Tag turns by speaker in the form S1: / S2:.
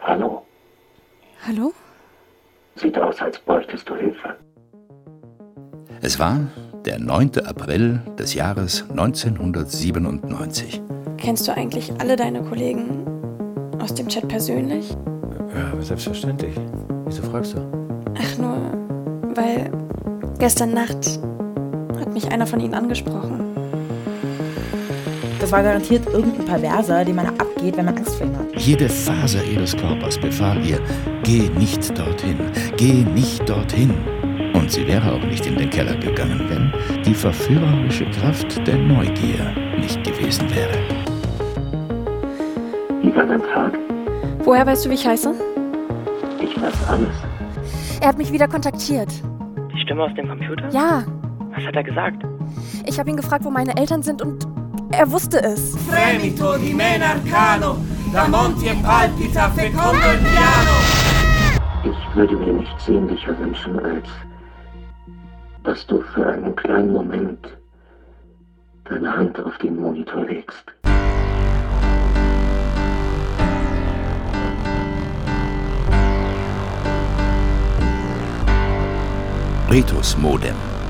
S1: Hallo,
S2: Hallo?
S1: sieht aus, als bräuchtest du Hilfe.
S3: Es war der 9. April des Jahres 1997.
S2: Kennst du eigentlich alle deine Kollegen aus dem Chat persönlich?
S4: Ja, aber selbstverständlich. Wieso fragst du?
S2: Ach nur, weil gestern Nacht hat mich einer von ihnen angesprochen.
S5: Das war garantiert irgendein Perverser, dem man abgeht, wenn man Angst vor ihm hat.
S3: Jede Faser ihres Körpers befahl ihr, geh nicht dorthin, geh nicht dorthin. Und sie wäre auch nicht in den Keller gegangen, wenn die verführerische Kraft der Neugier nicht gewesen wäre.
S1: Über den Tag,
S2: Woher weißt du, wie ich heiße?
S1: ich weiß alles.
S6: Er hat mich wieder kontaktiert.
S7: Die Stimme aus dem Computer?
S6: Ja,
S7: Was hat er gesagt?
S6: ich habe ihn gefragt, wo meine Eltern sind und er wusste es.
S8: Fremito di mena arcano, da monti e palpita fecondo il piano.
S1: Ich würde mir nichts sehnlicher wünschen, als dass du für einen kleinen Moment deine Hand auf den Monitor legst.
S3: Retus Modem